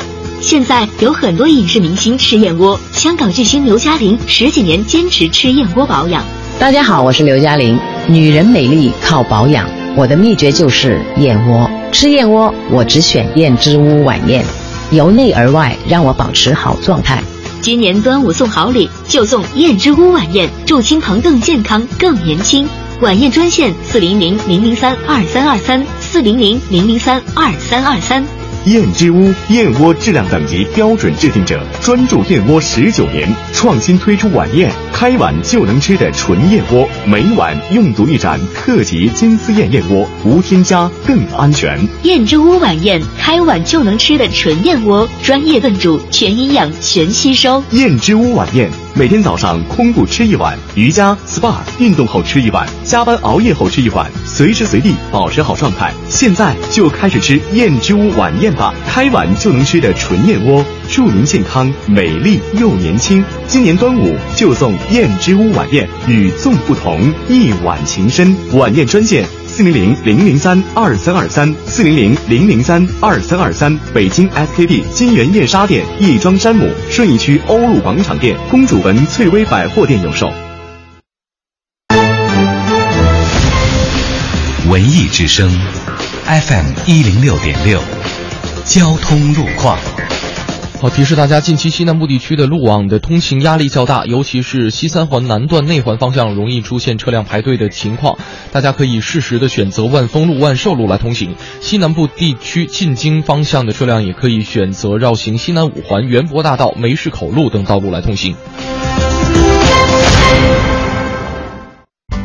S10: 现在有很多影视明星吃燕窝，香港巨星刘嘉玲十几年坚持吃燕窝保养。
S11: 大家好，我是刘嘉玲。女人美丽靠保养，我的秘诀就是燕窝。吃燕窝，我只选燕之屋晚宴，由内而外让我保持好状态。
S10: 今年端午送好礼，就送燕之屋晚宴，祝亲朋更健康、更年轻。晚宴专线四零零零零三二三二三四零零零零三二三二三。
S9: 燕之屋燕窝质量等级标准制定者，专注燕窝十九年，创新推出晚宴，开碗就能吃的纯燕窝，每晚用足一盏特级金丝燕燕窝，无添加更安全。
S10: 燕之屋晚宴，开碗就能吃的纯燕窝，专业炖煮，全营养，全吸收。
S9: 燕之屋晚宴，每天早上空腹吃一碗，瑜伽、SPA、运动后吃一碗，加班熬夜后吃一碗，随时随地保持好状态。现在就开始吃燕之屋晚宴吧，开碗就能吃的纯燕窝，祝您健康、美丽又年轻。今年端午就送燕之屋晚宴，与众不同，一碗情深。晚宴专线。四零零零零三二三二三，四零零零零三二三二三，北京 SKP 金源燕莎店、亦庄山姆、顺义区欧陆广场店、公主坟翠微百货店有售。
S12: 文艺之声，FM 一零六点六，交通路况。
S1: 好，提示大家，近期西南部地区的路网的通行压力较大，尤其是西三环南段内环方向容易出现车辆排队的情况，大家可以适时的选择万丰路、万寿路来通行。西南部地区进京方向的车辆也可以选择绕行西南五环园博大道、梅市口路等道路来通行。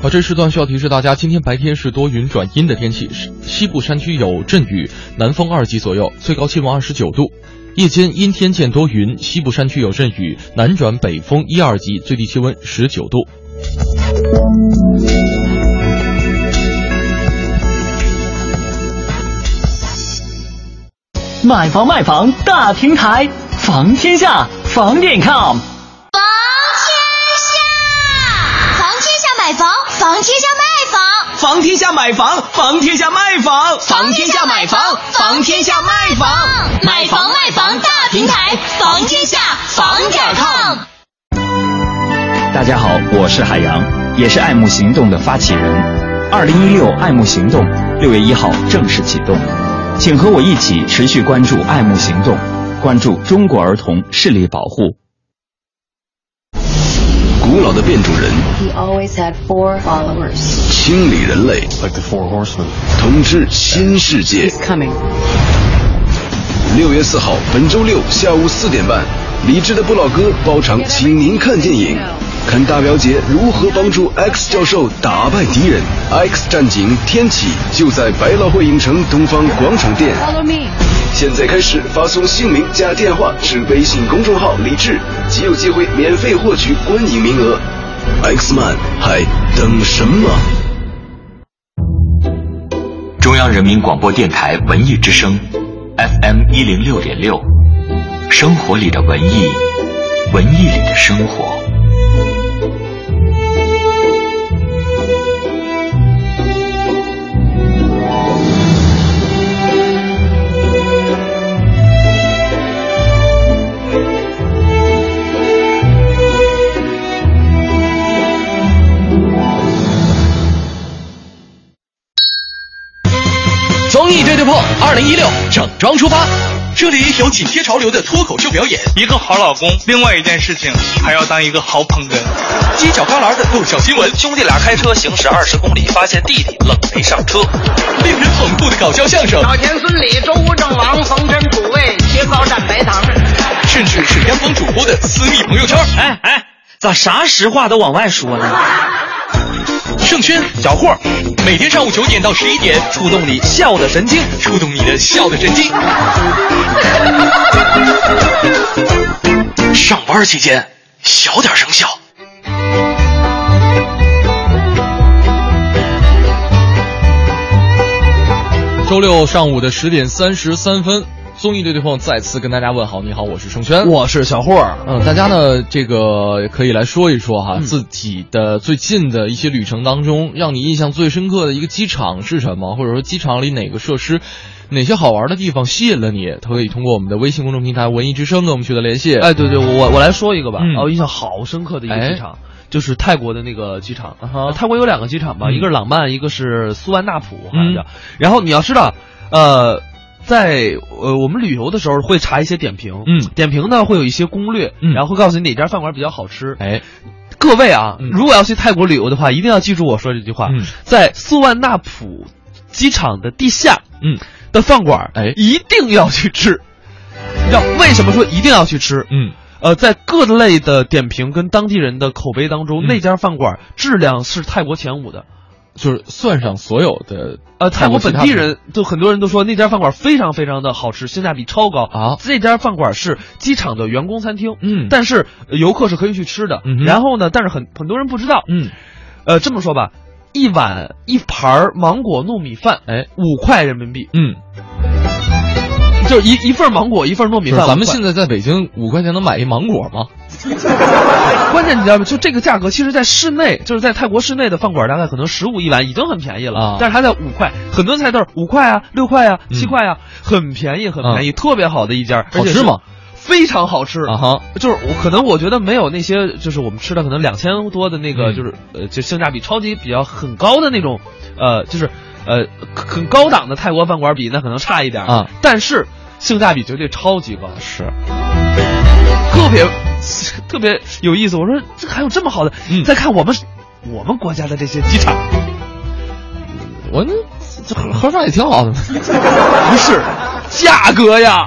S1: 好，这时段需要提示大家，今天白天是多云转阴的天气，是西部山区有阵雨，南风二级左右，最高气温二十九度。夜间阴天见多云，西部山区有阵雨，南转北风一二级，最低气温十九度。
S7: 买房卖房大平台，房天下房点 com。
S13: 房天下买房，房天下卖房，
S7: 房天下买房，房天下卖房，房天下买房，房天下卖房，
S13: 买房卖房大平台，房天下房点 com。
S14: 大家好，我是海洋，也是爱慕行动的发起人。二零一六爱慕行动六月一号正式启动，请和我一起持续关注爱慕行动，关注中国儿童视力保护。
S15: 古老的变种人
S16: He always had four followers.
S15: 清理人类，统治新世界。
S16: Coming.
S15: 六月四号，本周六下午四点半，理智的不老哥包场，请您看电影，看大表姐如何帮助 X 教授打败敌人。X 战警天启就在百老汇影城东方广场店。
S16: Follow me.
S15: 现在开始发送姓名加电话至微信公众号“李智”，即有机会免费获取观影名额。X Man 还等什么？
S12: 中央人民广播电台文艺之声，FM 一零六点六，生活里的文艺，文艺里的生活。
S17: 综艺对对碰，二零一六整装出发。这里有紧贴潮流的脱口秀表演，一个好老公，另外一件事情还要当一个好捧哏。犄角旮旯的爆笑新闻，兄弟俩开车行驶二十公里，发现弟弟冷没上车。令人捧腹的搞笑相声，
S18: 田孙李周吴郑王冯陈楚卫薛高占白糖。
S17: 甚至是跟风主播的私密朋友圈。哎哎，咋啥实话都往外说呢？盛轩，小霍，每天上午九点到十一点，触动你笑的神经，触动你的笑的神经。上班期间，小点声笑。
S1: 周六上午的十点三十三分。综艺对对碰再次跟大家问好，你好，我是盛轩，
S2: 我是小霍。
S1: 嗯，大家呢，这个可以来说一说哈，
S2: 嗯
S1: 自己的最近的一些旅程当中，让你印象最深刻的一个机场是什么，或者说机场里哪个设施哪些好玩的地方吸引了你，都可以通过我们的微信公众平台“文艺之声”跟我们取得联系。
S2: 哎，对对，我我来说一个吧，
S1: 嗯
S2: 啊，我印象好深刻的一个
S1: 哎啊
S2: 机场。就是泰国的那个机场，呃泰国有两个机场吧，
S1: 嗯
S2: 一个是朗曼，一个是苏万纳普，好像叫。然后你要知道，呃，在呃我们旅游的时候会查一些点评，
S1: 嗯
S2: 点评呢会有一些攻略，
S1: 嗯
S2: 然后会告诉你哪家饭馆比较好吃。
S1: 哎，嗯
S2: 各位啊，如果要去泰国旅游的话，一定要记住我说这句话，在苏万纳普机场的地下，
S1: 嗯，
S2: 的饭馆，哎，一定要去吃。要为什么说一定要去吃？
S1: 嗯。
S2: 呃，在各类的点评跟当地人的口碑当
S1: 嗯
S2: 中，那家饭馆质量是泰国前五的。
S1: 就是算上所有的
S2: 呃，泰国
S1: 其
S2: 本
S1: 他的
S2: 地人就很多人都说那家饭馆非常非常的好吃，性价比超高啊。这家饭馆是机场的员工餐厅，
S1: 嗯
S2: 但是呃游客是可以去吃的。
S1: 哼
S2: 然后呢，但是很很多人不知道，
S1: 嗯，
S2: 呃，这么说吧，一碗一盘儿芒果糯米饭，
S1: 哎，
S2: 五块人民币，
S1: 嗯，
S2: 就是一一份芒果一份糯米
S1: 就是
S2: 饭。
S1: 咱
S2: 五
S1: 们
S2: 块
S1: 现在在北京五块钱能买一芒果吗？
S2: 关键你知道吗？就这个价格，其实在室内，就是在泰国室内的饭馆，大概可能十五一碗已经很便宜了，
S1: 啊嗯
S2: 但是它在五块，很多菜都是五块啊、六块啊、七块啊，很便宜，很便宜，特别好的一家，
S1: 啊好吃吗？
S2: 非常好吃啊
S1: 哈！
S2: 就是我可能我觉得没有那些就是我们吃的可能两千多的那
S1: 嗯
S2: 个就是、呃就性价比超级比较很高的那种，呃就是呃很高档的泰国饭馆比那可能差一点儿
S1: 啊，
S2: 但是性价比绝对超级高，
S1: 是。
S2: 特别特别有意思。我说这还有这么好的，
S1: 嗯
S2: 再看我们我们国家的这些机场，
S1: 我那这盒盒饭也挺好的。
S2: 不是价格呀，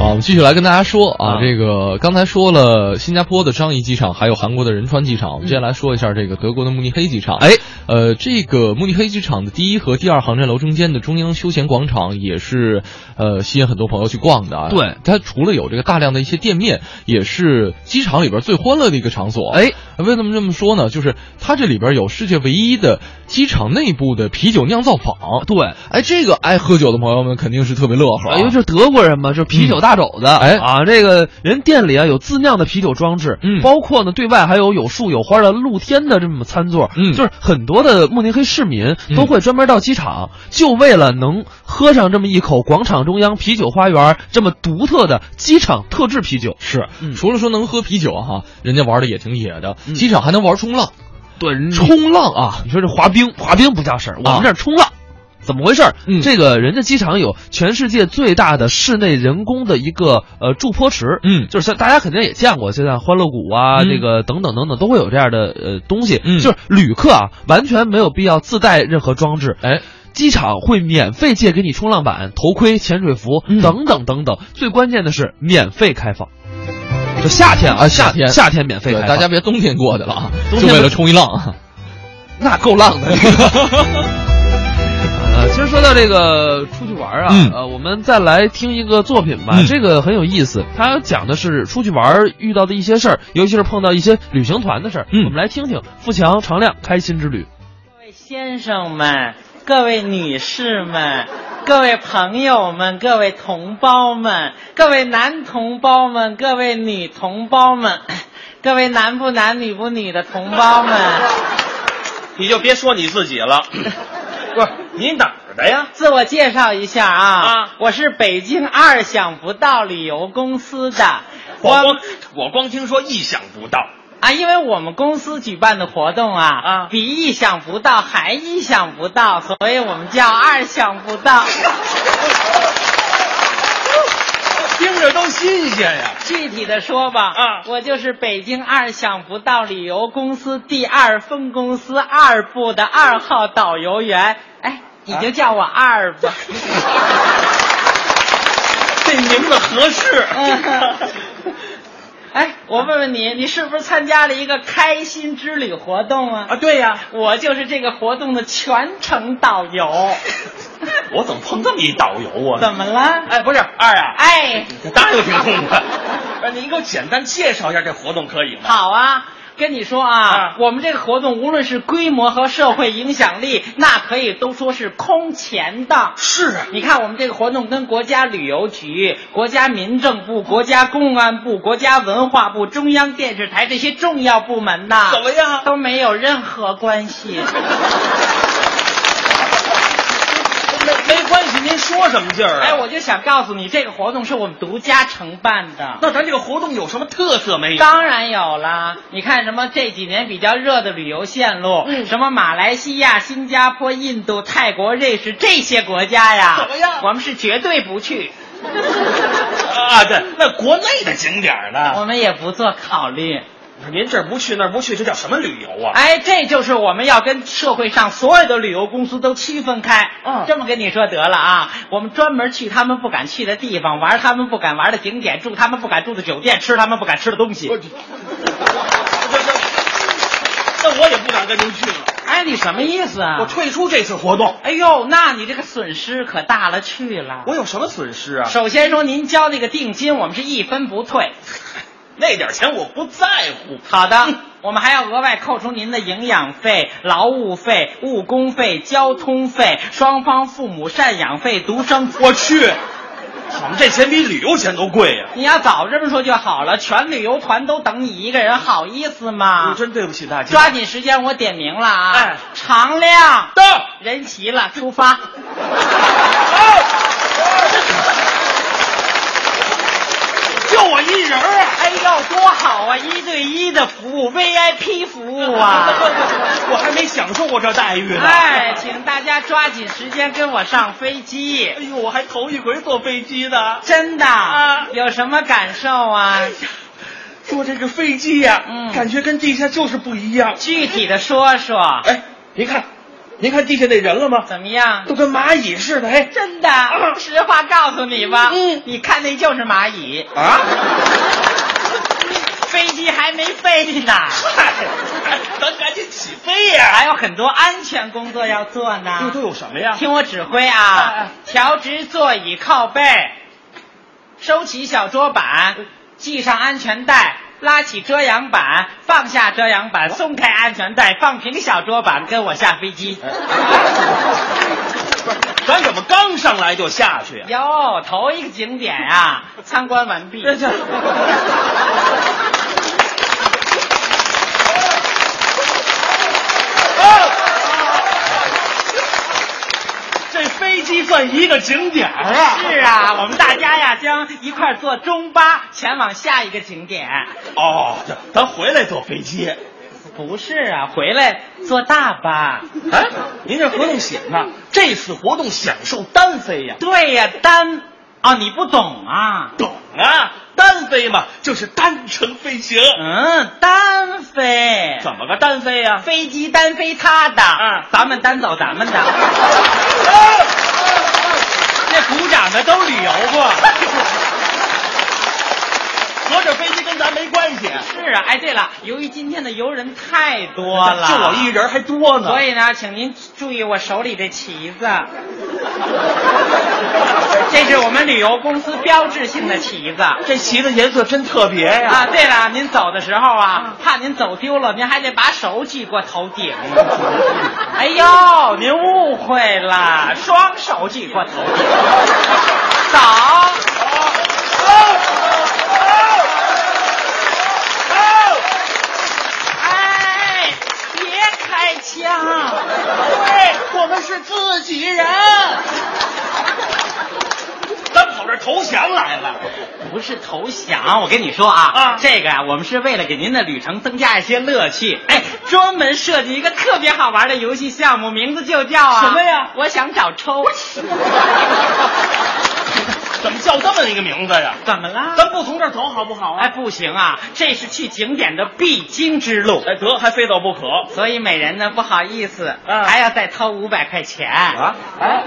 S1: 啊，我们继续来跟大家说啊，这个刚才说了新加坡的樟宜机场，还有韩国的仁川机场，我们接下来说一下这个德国的慕尼黑机场。哎，呃，这个慕尼黑机场的第一和第二航站楼中间的中央休闲广场也是呃吸引很多朋友去逛的啊。
S2: 对，
S1: 它除了有这个大量的一些店面，也是机场里边最欢乐的一个场所。哎，为什么这么说呢？就是它这里边有世界唯一的机场内部的啤酒酿造坊。
S2: 对，
S1: 哎，这个爱喝酒的朋友们肯定是特别乐呵、啊。
S2: 因为这德国人嘛，就是啤酒大肘子，哎啊，这个人店里啊有自酿的啤酒装置，嗯，包括呢对外还有有树有花的露天的这么餐座，嗯，就是很多的慕尼黑市民都会专门到机场，就为了能喝上这么一口广场中央啤酒花园这么独特的机场特制啤酒，嗯
S1: 是，除了说能喝啤酒啊哈、人家玩的也挺野的，机场还能玩冲浪。
S2: 对，
S1: 冲浪啊！
S2: 你说这滑冰，滑冰不叫事儿，我们这儿冲浪。怎么回事儿？
S1: 嗯
S2: 这个人家机场有全世界最大的室内人工的一个呃筑坡池，
S1: 嗯，
S2: 就是大家肯定也见过，就像欢乐谷啊，这个等等等等都会有这样的呃东西，嗯，就是旅客啊完全没有必要自带任何装置，
S1: 哎。
S2: 机场会免费借给你冲浪板、头盔、潜水服
S1: 嗯
S2: 等等等等，最关键的是免费开放。就夏天
S1: 啊，夏天
S2: 夏天免费
S1: 对
S2: 开放，
S1: 大家别冬天过去了啊，
S2: 冬
S1: 就
S2: 天
S1: 为
S2: 不
S1: 了冲一浪。啊
S2: 那够浪 的。这个呃，其实说到这个出去玩儿啊，
S1: 嗯
S2: 呃，我们再来听一个作品吧，
S1: 嗯
S2: 这个很有意思，它讲的是出去玩儿遇到的一些事儿，尤其是碰到一些旅行团的事儿。嗯，我们来听听富强、常亮开心之旅。
S5: 先生们，各位女士们，各位朋友们，各位同胞们，各位男同胞们，各位女同胞们， 各位男不男女不女的同 胞们，
S19: 你就别说你自己 了。不是你哪儿的呀？
S5: 自我介绍一下啊，
S19: 啊
S5: 我是北京二想不到旅游公司的，
S19: 我光我光听说意想不到，
S5: 啊，因为我们公司举办的活动啊，啊，比意想不到还意想不到，所以我们叫二想不到。
S19: 听着都新鲜呀！
S5: 具体的说吧，啊，我就是北京二想不到旅游公司第二分公司二部的二号导游员。哎，
S19: 啊
S5: 你就叫我二吧。
S19: 这名字合适。
S5: 嗯哎，我问问你，你是不是参加了一个开心之旅活动啊？啊，对呀、我就是这个活动的全程导游。
S19: 我怎么碰这么一导游啊？
S5: 怎么了？
S19: 哎，不是二啊，
S5: 哎，
S19: 答应挺痛快。哎，您给我简单介绍一下这活动可以吗？
S5: 好啊，跟你说啊，我们这个活动无论是规模和社会影响力，那可以都说是空前的。是啊，你看我们这个活动跟国家旅游局、国家民政部、国家公安部、国家文化部、中央电视台这些重要部门呐，
S19: 怎么样
S5: 都没有任何关系。
S4: 说什么劲儿啊？
S5: 哎，我就想告诉你，这个活动是我们独家承办的。
S4: 那咱这个活动有什么特色没有？
S5: 当然有啦！你看什么这几年比较热的旅游线路，
S4: 嗯
S5: 什么马来西亚、新加坡、印度、泰国、瑞士这些国家呀，
S4: 怎么样
S5: 我们是绝对不去，
S4: 啊，对，那国内的景点儿呢？
S5: 我们也不做考虑。
S4: 您这儿不去那儿不去，这叫什么旅游啊？
S5: 哎，这就是我们要跟社会上所有的旅游公司都区分开。嗯，这么跟你说得了啊，我们专门去他们不敢去的地方，玩他们不敢玩的景点，住他们不敢住的酒店，吃他们不敢吃的东西。
S4: 哎那我也不敢跟您去了。啊
S5: 哎，你什么意思啊？
S4: 我退出这次活动。
S5: 哎呦，那你这个损失可大了去了。
S4: 我有什么损失啊？
S5: 首先说，您交那个定金，我们是一分不退。
S4: 那点钱我不在乎。
S5: 好的， 我们还要额外扣除您的营养费、劳务费、误工费、交通费、双方父母赡养费、独生。
S4: 我去，我们这钱比旅游钱都贵呀、
S5: 你要早这么说就好了，全旅游团都等你一个人，好意思吗？
S4: 我真对不起大家。
S5: 抓紧时间，我点名了啊！哎，常亮
S4: 到，
S5: 人齐了，出发。
S4: 就我一人儿啊！
S5: 哎呦，多好啊！一对一的服务，VIP 服务啊！
S4: 我还没享受过这待遇呢。
S5: 哎，请大家抓紧时间跟我上飞机。
S4: 哎呦，我还头一回坐飞机呢。
S5: 真的，
S4: 啊
S5: 有什么感受 啊？
S4: 坐这个飞机呀、感觉跟地下就是不一样。
S5: 具体的说说。
S4: 哎，您看，您看地下那人了吗？
S5: 怎么样？
S4: 都跟蚂蚁似的。哎，
S5: 真的，实话告诉你吧，嗯，你看那就是蚂蚁，
S4: 啊，
S5: 飞机还没飞呢，
S4: 嗨，咱哎赶紧起 飞呀、嗯
S5: 还有很多安全工作要做呢。
S4: 都有什么呀？
S5: 听我指挥啊，调直座椅靠背，收起小桌板，系上安全带。拉起遮阳板，放下遮阳板，松开安全带，放平小桌板，跟我下飞机。
S4: 咱怎么刚上来就下去啊呀、
S5: 哟，头一个景点 啊，参观完毕。
S4: 这飞机算一个景点儿啊！
S5: 是啊，我们大家呀将一块儿坐中巴前往下一个景点。
S4: 哦，咱回来坐飞机。
S5: 不是啊，回来坐大巴。
S4: 哎，您这合同写呢？这次活动享受单飞呀、
S5: 对呀、单啊、你不懂啊？
S4: 懂啊，单飞嘛，就是单程飞行。
S5: 嗯，单飞
S4: 怎么个单飞呀、啊
S5: 飞机单飞他的，嗯，咱们单走咱们的。
S4: 这鼓掌的都旅游过，合着飞机跟咱没关系。
S5: 是啊，哎，对了，由于今天的游人太多了，
S4: 就我一人还多呢。
S5: 所以呢，请您注意我手里这旗子， 这是我们旅游公司标志性的旗子。
S4: 这旗子颜色真特别哎呀、
S5: 啊，对了，您走的时候啊，怕您走丢了，您还得把手举过头 顶。哎呦，您误会了，双手举过头顶。走，哎，别开枪，对我们是自己人。
S4: 咱跑这儿投降来了。
S5: 不是投降，我跟你说啊，
S4: 啊
S5: 这个啊，我们是为了给您的旅程增加一些乐趣，哎，专门设计一个特别好玩的游戏项目，名字就叫啊
S4: 什么呀？
S5: 我想找抽。
S4: 怎么叫这么一个名字呀？
S5: 怎么了？
S4: 咱不从这儿走好不好啊？
S5: 哎，不行啊，这是去景点的必经之路，
S4: 哎，得还非走不可。
S5: 所以每人呢不好意思，
S4: 嗯
S5: 还要再掏五百块钱
S4: 啊
S5: 哎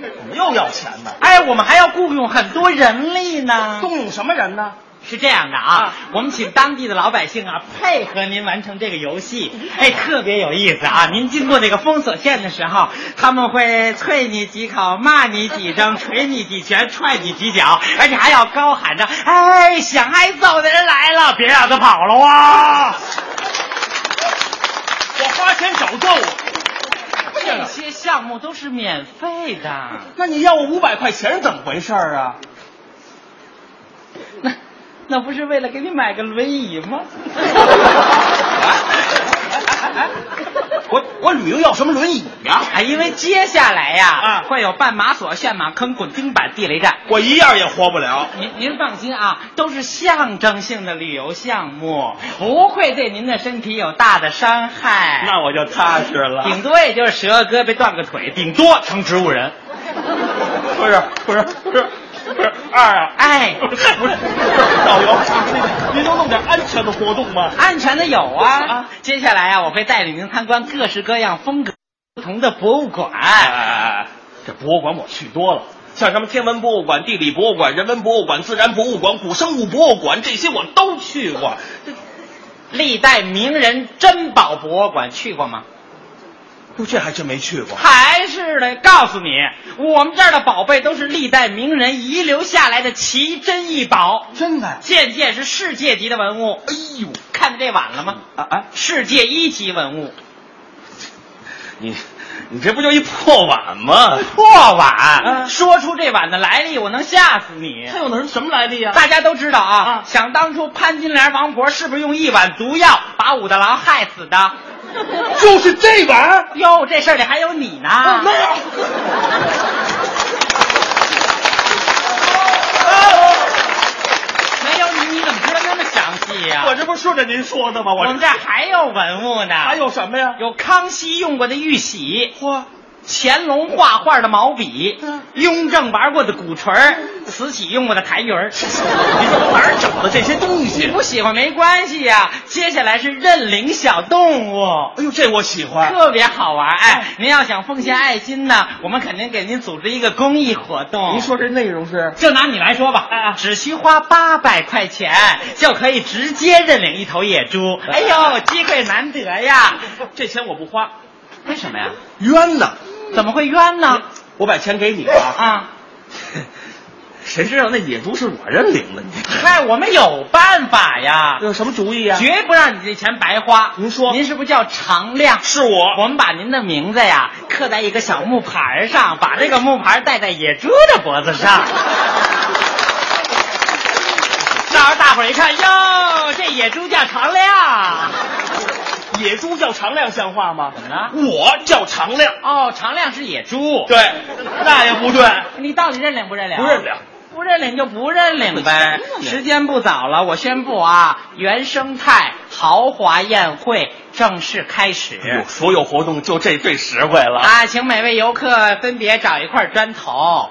S4: 怎么又要钱呢？
S5: 哎，我们还要雇佣很多人力呢。
S4: 动用什么人呢？
S5: 是这样的啊，我们请当地的老百姓啊配合您完成这个游 戏，哎，特别有意思啊！您经过这个封锁线的时候，他们会啐你几口，骂你几声，捶你几拳，踹你几脚，而且还要高喊着：“哎，想挨揍的人来了，别让他跑了啊！”
S4: 我花钱找揍啊！
S5: 这些项目都是免费的，
S4: 那你要我五百块钱是怎么回事儿啊？
S5: 那那不是为了给你买个轮椅吗？
S4: 哎哎哎
S20: 我我旅游要什么轮椅呀、
S5: 啊？因为接下来呀、会有绊马索、陷马坑、滚钉板、地雷战。
S20: 我一样也活不了。
S5: 您您放心啊，都是象征性的旅游项目，不会对您的身体有大的伤害。
S4: 那我就踏实了
S5: 顶多也就是折个胳膊、断个腿，
S4: 顶多成植物人。不是不是不是不是二啊！
S5: 哎，
S4: 不是不是导游，啊您能弄点安全的活动吗？
S5: 安全的有啊。接下来啊，我会带领您参观各式各样、风格不同的博物馆。
S4: 哎，这博物馆我去多了，像什么天文博物馆、地理博物馆、人文博物馆、自然博物馆、古生物博物馆，这些我都去过。
S5: 历代名人珍宝博物馆去过吗？
S4: 哟，这还真没去过。
S5: 还是的，告诉你，我们这儿的宝贝都是历代名人遗留下来的奇珍异宝，
S20: 真
S4: 啊
S20: 的，
S5: 件件是世界级的文物。哎
S20: 呦，
S5: 看见这碗了吗？
S4: 啊啊！
S5: 世界一级文物，
S4: 你你这不就一破碗吗？啊
S5: 破碗。说出这碗的来历，我能吓死你。
S4: 它有哪什么 来历呀、
S5: 大家都知道啊，想当初潘金莲王婆是不是用一碗毒药把武大郎害死的？
S20: 就是这碗。哦
S5: 哟，这事儿里还有你呢。 没有。哦没有你，你怎么知道那么详细呀、
S4: 我这不顺着您说的吗？
S5: 我
S4: 我
S5: 们这儿还有文物呢。
S20: 哎
S5: 还
S4: 有什么呀？
S5: 有康熙用过的玉玺。嚯！嗯乾隆画画的毛笔，雍正玩过的鼓槌儿，慈禧用过的痰盂儿。你
S4: 从哪儿找的这些东
S5: 你
S4: 西
S5: 不喜欢没关系呀、接下来是认领小动物，
S4: 哎呦，这我喜欢。
S5: 特别好玩儿。哎，您要想奉献爱心呢，我们肯定给您组织一个公益活动。
S4: 您说这内容是？
S5: 就拿你来说
S4: 哎
S5: 吧，只需花八百块钱就可以直接认领一头野猪。哎呦，机会难得 呀！
S4: 这钱我不花，
S5: 为什么呀？
S4: 冤呐！
S5: 怎么会冤呢？
S4: 我把钱给你了
S5: 啊！
S4: 谁知道那野猪是我认领的？你
S5: 嗨，我们有办法呀！
S4: 有什么主意呀？
S5: 绝不让你这钱白花。
S4: 您说，
S5: 您是不是叫常亮？
S4: 是我。
S5: 我们把您的名字呀刻在一个小木牌上，把这个木牌戴在野猪的脖子上。到时候大伙儿一看，哟，这野猪叫常亮。
S4: 野猪叫常亮像话吗？
S5: 怎么了？
S4: 我叫常亮。
S5: 哦，常亮是野猪。
S4: 对，那也不对，
S5: 你到底认领不认领？
S4: 不认领。
S5: 不认领就不认领 呗。时间不早了，我宣布啊，原生态豪华宴会正式开始。
S4: 哎呦所有活动就这最实惠了。
S5: 啊，请每位游客分别找一块砖头。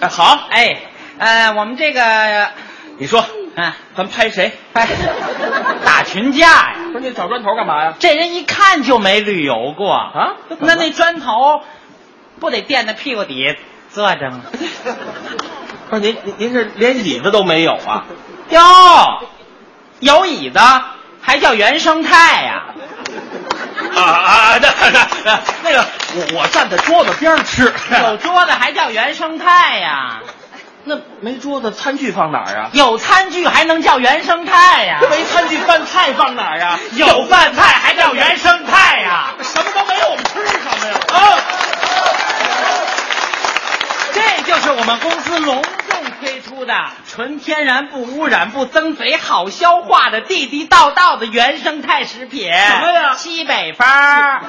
S4: 哎，好，
S5: 哎，呃，我们这个，
S4: 你说，
S5: 嗯，
S4: 咱拍谁？
S5: 哎，打群架呀。
S4: 不是你找砖头干嘛呀？
S5: 这人一看就没旅游过
S4: 啊
S5: 那那砖头不得垫在屁股底下坐着 吗？
S4: 不是您您您是连椅子都没有啊？
S5: 哟，有椅子还叫原生态呀、
S4: 啊啊！那那那那个，我我站在桌子边上吃。
S5: 有桌子还叫原生态呀、
S4: 那没桌子，餐具放哪儿啊？
S5: 有餐具还能叫原生态 呀、
S4: 没餐具，饭菜放哪儿啊？
S5: 有饭菜还叫原生态啊呀、
S4: 什么都没有，我们吃什么呀？
S5: 啊！这就是我们公司隆重推出的纯天然、不污染、不增肥、好消化的地地道道的原生态食品。什
S4: 么呀
S5: 西北风儿。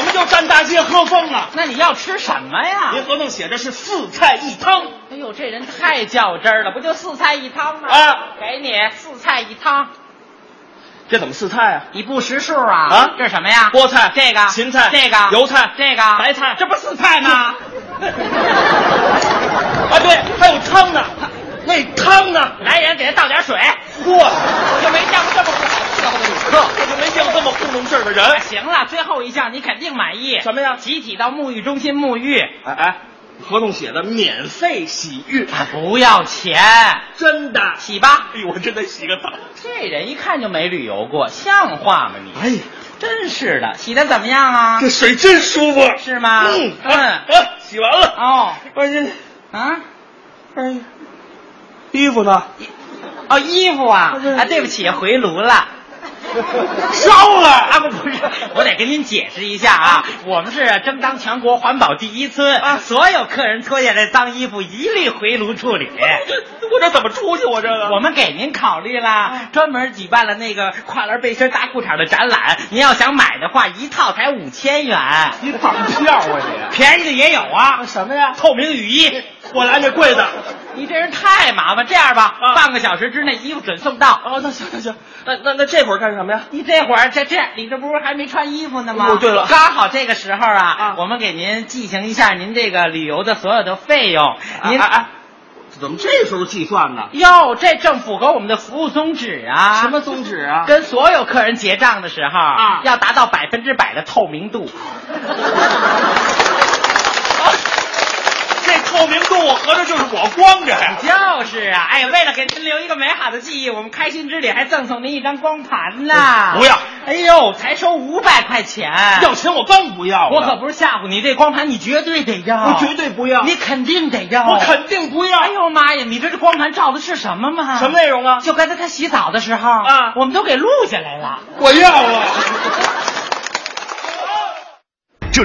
S4: 我们就站大街喝风啊！
S5: 那你要吃什么呀？
S4: 您合同写着是四菜一汤，
S5: 哎呦，这人太较真儿了，不就四菜一汤吗？
S4: 啊，
S5: 给你四菜一汤，
S4: 这怎么四菜啊？
S5: 你不识数啊？
S4: 啊
S5: 这是什么呀？
S4: 菠菜
S5: 这个
S4: 芹菜
S5: 这个
S4: 油菜
S5: 这个
S4: 白菜嗯
S5: 这不四菜吗？
S4: 啊，对，还有汤呢，那汤呢？
S5: 来人，给他倒点水。
S4: 嚯，
S5: 我就没见过这么不好伺候的旅客。
S4: 我就没见过这么糊弄事儿的人。
S5: 哎行了，最后一项你肯定满意。
S4: 什么呀
S5: 集体到沐浴中心沐浴，
S4: 哎哎，合同写的免费洗浴，
S5: 啊不要钱，
S4: 真的。
S5: 洗吧。
S4: 哎呦，我真得洗个澡。
S5: 这人一看就没旅游过，像话吗你？
S4: 哎呀，
S5: 真是的，洗的怎么样啊？
S4: 这水真舒服。
S5: 是吗？
S4: 嗯
S5: 嗯
S4: 啊，啊洗完了。
S5: 哦，
S4: 我这，
S5: 啊，
S4: 哎呀，衣服呢？
S5: 嗯 哦，衣服啊，啊，对不起，回炉了。烧了啊！不不是，我得跟您解释一下啊，我们是争当全国环保第一村啊，所有客人脱下来脏衣服一律回炉处理。 我这怎么出去？我这个我啊们给您考虑啦，专门举办了那个跨栏背心大裤衩的展览，您要想买的话，一套才五千元。你绑票啊你？便宜的也有啊。什么呀？透明雨衣，我来那贵的。你这人太麻烦，这样吧，半个小时之内衣服准送到。哦，那行那行，那那那这会儿干什么呀？你这会儿这这，你这不是还没穿衣服呢吗？
S19: 哦对了
S5: 刚好这个时候啊，我们给您记行一下您这个旅游的所有的费用。您、 怎么这时候计算呢？哟，这正符合我们的服务宗旨啊！什么宗旨啊？跟所有客人结账的时候啊，要达到百分之百的透明度。这透明度，我合着就是我光着呀。就是啊，哎，为了给您留一个美好的记忆，我们开心之旅还赠送您一张光盘呢。
S19: 嗯不要！
S5: 哎呦，才收五百块钱，
S19: 要钱我更不要了
S5: 我可不是吓唬你，这光盘你绝对得要，
S19: 我绝对不要
S5: 你肯定得要，
S19: 我肯
S5: 定不要。哎呦妈呀，你这这光盘照的是什么吗？
S19: 什么内容啊
S5: 就刚才他洗澡的时候啊，我们都给录下来了。
S19: 我要了。
S8: 这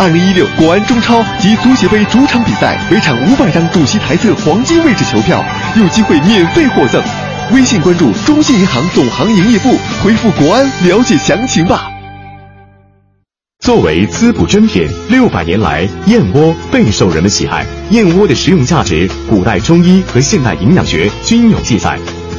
S9: 二零一六国安中超及足协杯主场比赛，每场五百张主席台侧黄金位置球票，有机会免费获赠。微信关注中信银行总行营业部，回复“国安”了解详情吧。作为滋补珍品，六百年来燕窝备受人们喜爱。燕窝的食用价值，古代中医和现代营养学均有记载。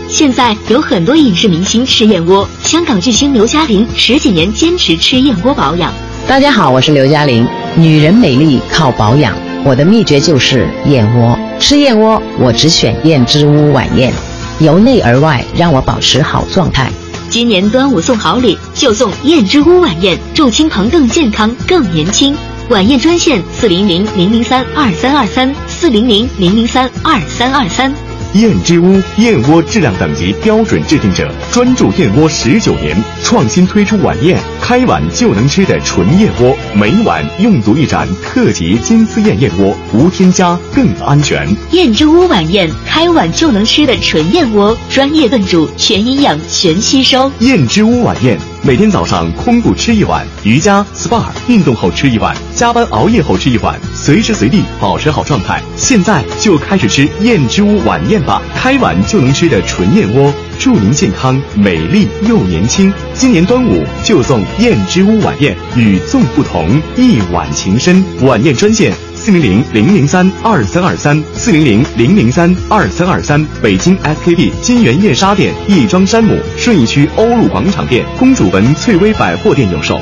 S10: 现在有很多影视明星吃燕窝，香港巨星刘嘉玲十几年坚持吃燕窝保养。
S11: 大家好，我是刘嘉玲。女人美丽靠保养，我的秘诀就是燕窝。吃燕窝，我只选燕之屋晚宴，由内而外让我保持好状态。
S10: 今年端午送好礼，就送燕之屋晚宴，祝亲朋更健康、更年轻。晚宴专线四零零零零三二三二三四零零零零三二三二三。
S9: 燕之屋燕窝质量等级标准制定者，专注燕窝十九年，创新推出晚宴，开碗就能吃的纯燕窝，每碗用足一盏特级金丝燕燕窝，无添加更安全。
S10: 燕之屋晚宴，开碗就能吃的纯燕窝，专业炖煮，全营养，全吸收。
S9: 燕之屋晚宴，每天早上空腹吃一碗，瑜伽、SPA、运动后吃一碗，加班熬夜后吃一碗，随时随地保持好状态。现在就开始吃燕之屋晚宴吧，开碗就能吃的纯燕窝，祝您健康、美丽又年轻。今年端午就送燕之屋晚宴，与众不同，一碗情深。晚宴专线。四零零零零三二三二三，四零零零零三二三二三，北京 SKP 金源燕莎店、亦庄山姆、顺义区欧陆广场店、公主坟翠微百货店有售。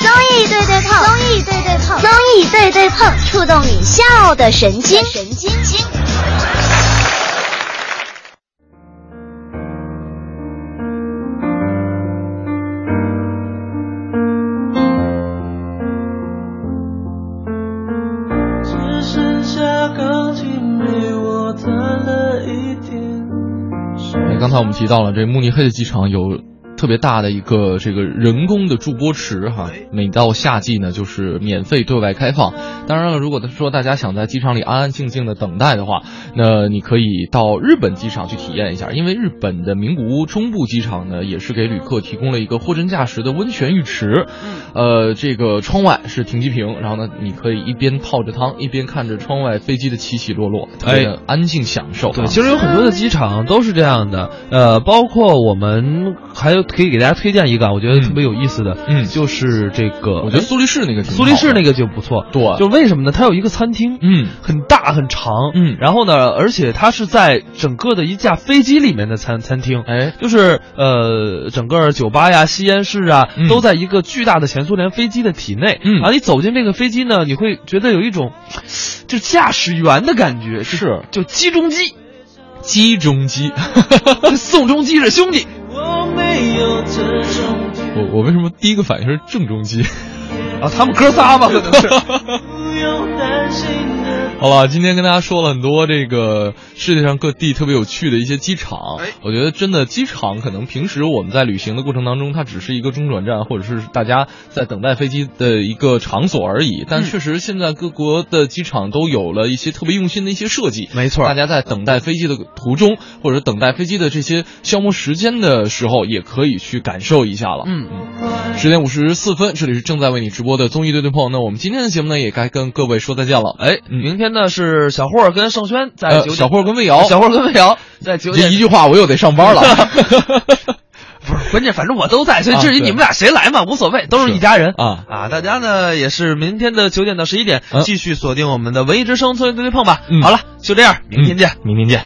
S21: 综艺对对碰，综艺对对碰，综艺对对碰，触动你笑的神经，神经经。
S22: 只剩下钢琴陪我弹了一天。
S1: 哎，刚才我们提到了这慕尼黑的机场有特别大的一个这个人工的驻波池哈，每到夏季呢就是免费对外开放。当然了，如果说大家想在机场里安安静静的等待的话，那你可以到日本机场去体验一下，因为日本的名古屋中部机场呢也是给旅客提供了一个货真价实的温泉浴池，
S2: 嗯
S1: 呃，这个窗外是停机坪，然后呢你可以一边泡着汤，一边看着窗外飞机的起起落落，特别的
S2: 哎
S1: 安静享受啊。
S2: 对，其实有很多的机场都是这样的，呃，包括我们还有可以给大家推荐一个啊，我觉得特别有意思的，嗯，就是这个，我
S1: 觉得苏黎世那个挺好
S2: 苏黎世那个就不错，
S1: 对
S2: 就为什么呢？它有一个餐厅，
S1: 嗯，
S2: 很大很长，嗯，然后呢，而且它是在整个的一架飞机里面的餐餐厅，
S1: 哎，
S2: 就是呃，整个酒吧呀、吸烟室啊，
S1: 嗯
S2: 都在一个巨大的前苏联飞机的体内，嗯，啊，你走进这个飞机呢，你会觉得有一种就驾驶员的感觉，是，就机中机。
S1: 鸡中鸡，
S2: 宋仲基是兄弟。
S22: 我没有这种天
S1: 我我为什么第一个反应是郑中基？
S2: 啊，他们哥仨吧，可能是。
S1: 好了，今天跟大家说了很多这个世界上各地特别有趣的一些机场。
S2: 哎
S1: 我觉得真的机场可能平时我们在旅行的过程当中，它只是一个中转站，或者是大家在等待飞机的一个场所而已。但确实现在各国的机场都有了一些特别用心的一些设计。
S2: 没错
S1: 大家在等待飞机的途中，或者等待飞机的这些消磨时间的时候，也可以去感受一下了。
S2: 嗯
S1: 嗯。十点五十四分，这里是正在为你直播的综艺对对碰。那我们今天的节目呢，也该跟各位说再见了。哎，
S2: 明天呢是小霍儿跟盛轩在
S1: 呃
S2: 九点、
S1: 小霍儿跟魏瑶
S2: 小霍儿跟魏瑶在九
S1: 这
S2: 点
S1: 一句话我又得上班了。
S2: 关键反正我都在，所以
S1: 啊
S2: 至于
S1: 对
S2: 你们俩谁来嘛，无所谓，都是一家人
S1: 啊嗯
S2: 啊！大家呢也是明天的 九点到十一点继续锁定我们的文艺之声，综艺对对碰吧。好了，就这样，明天见，
S1: 嗯明天见。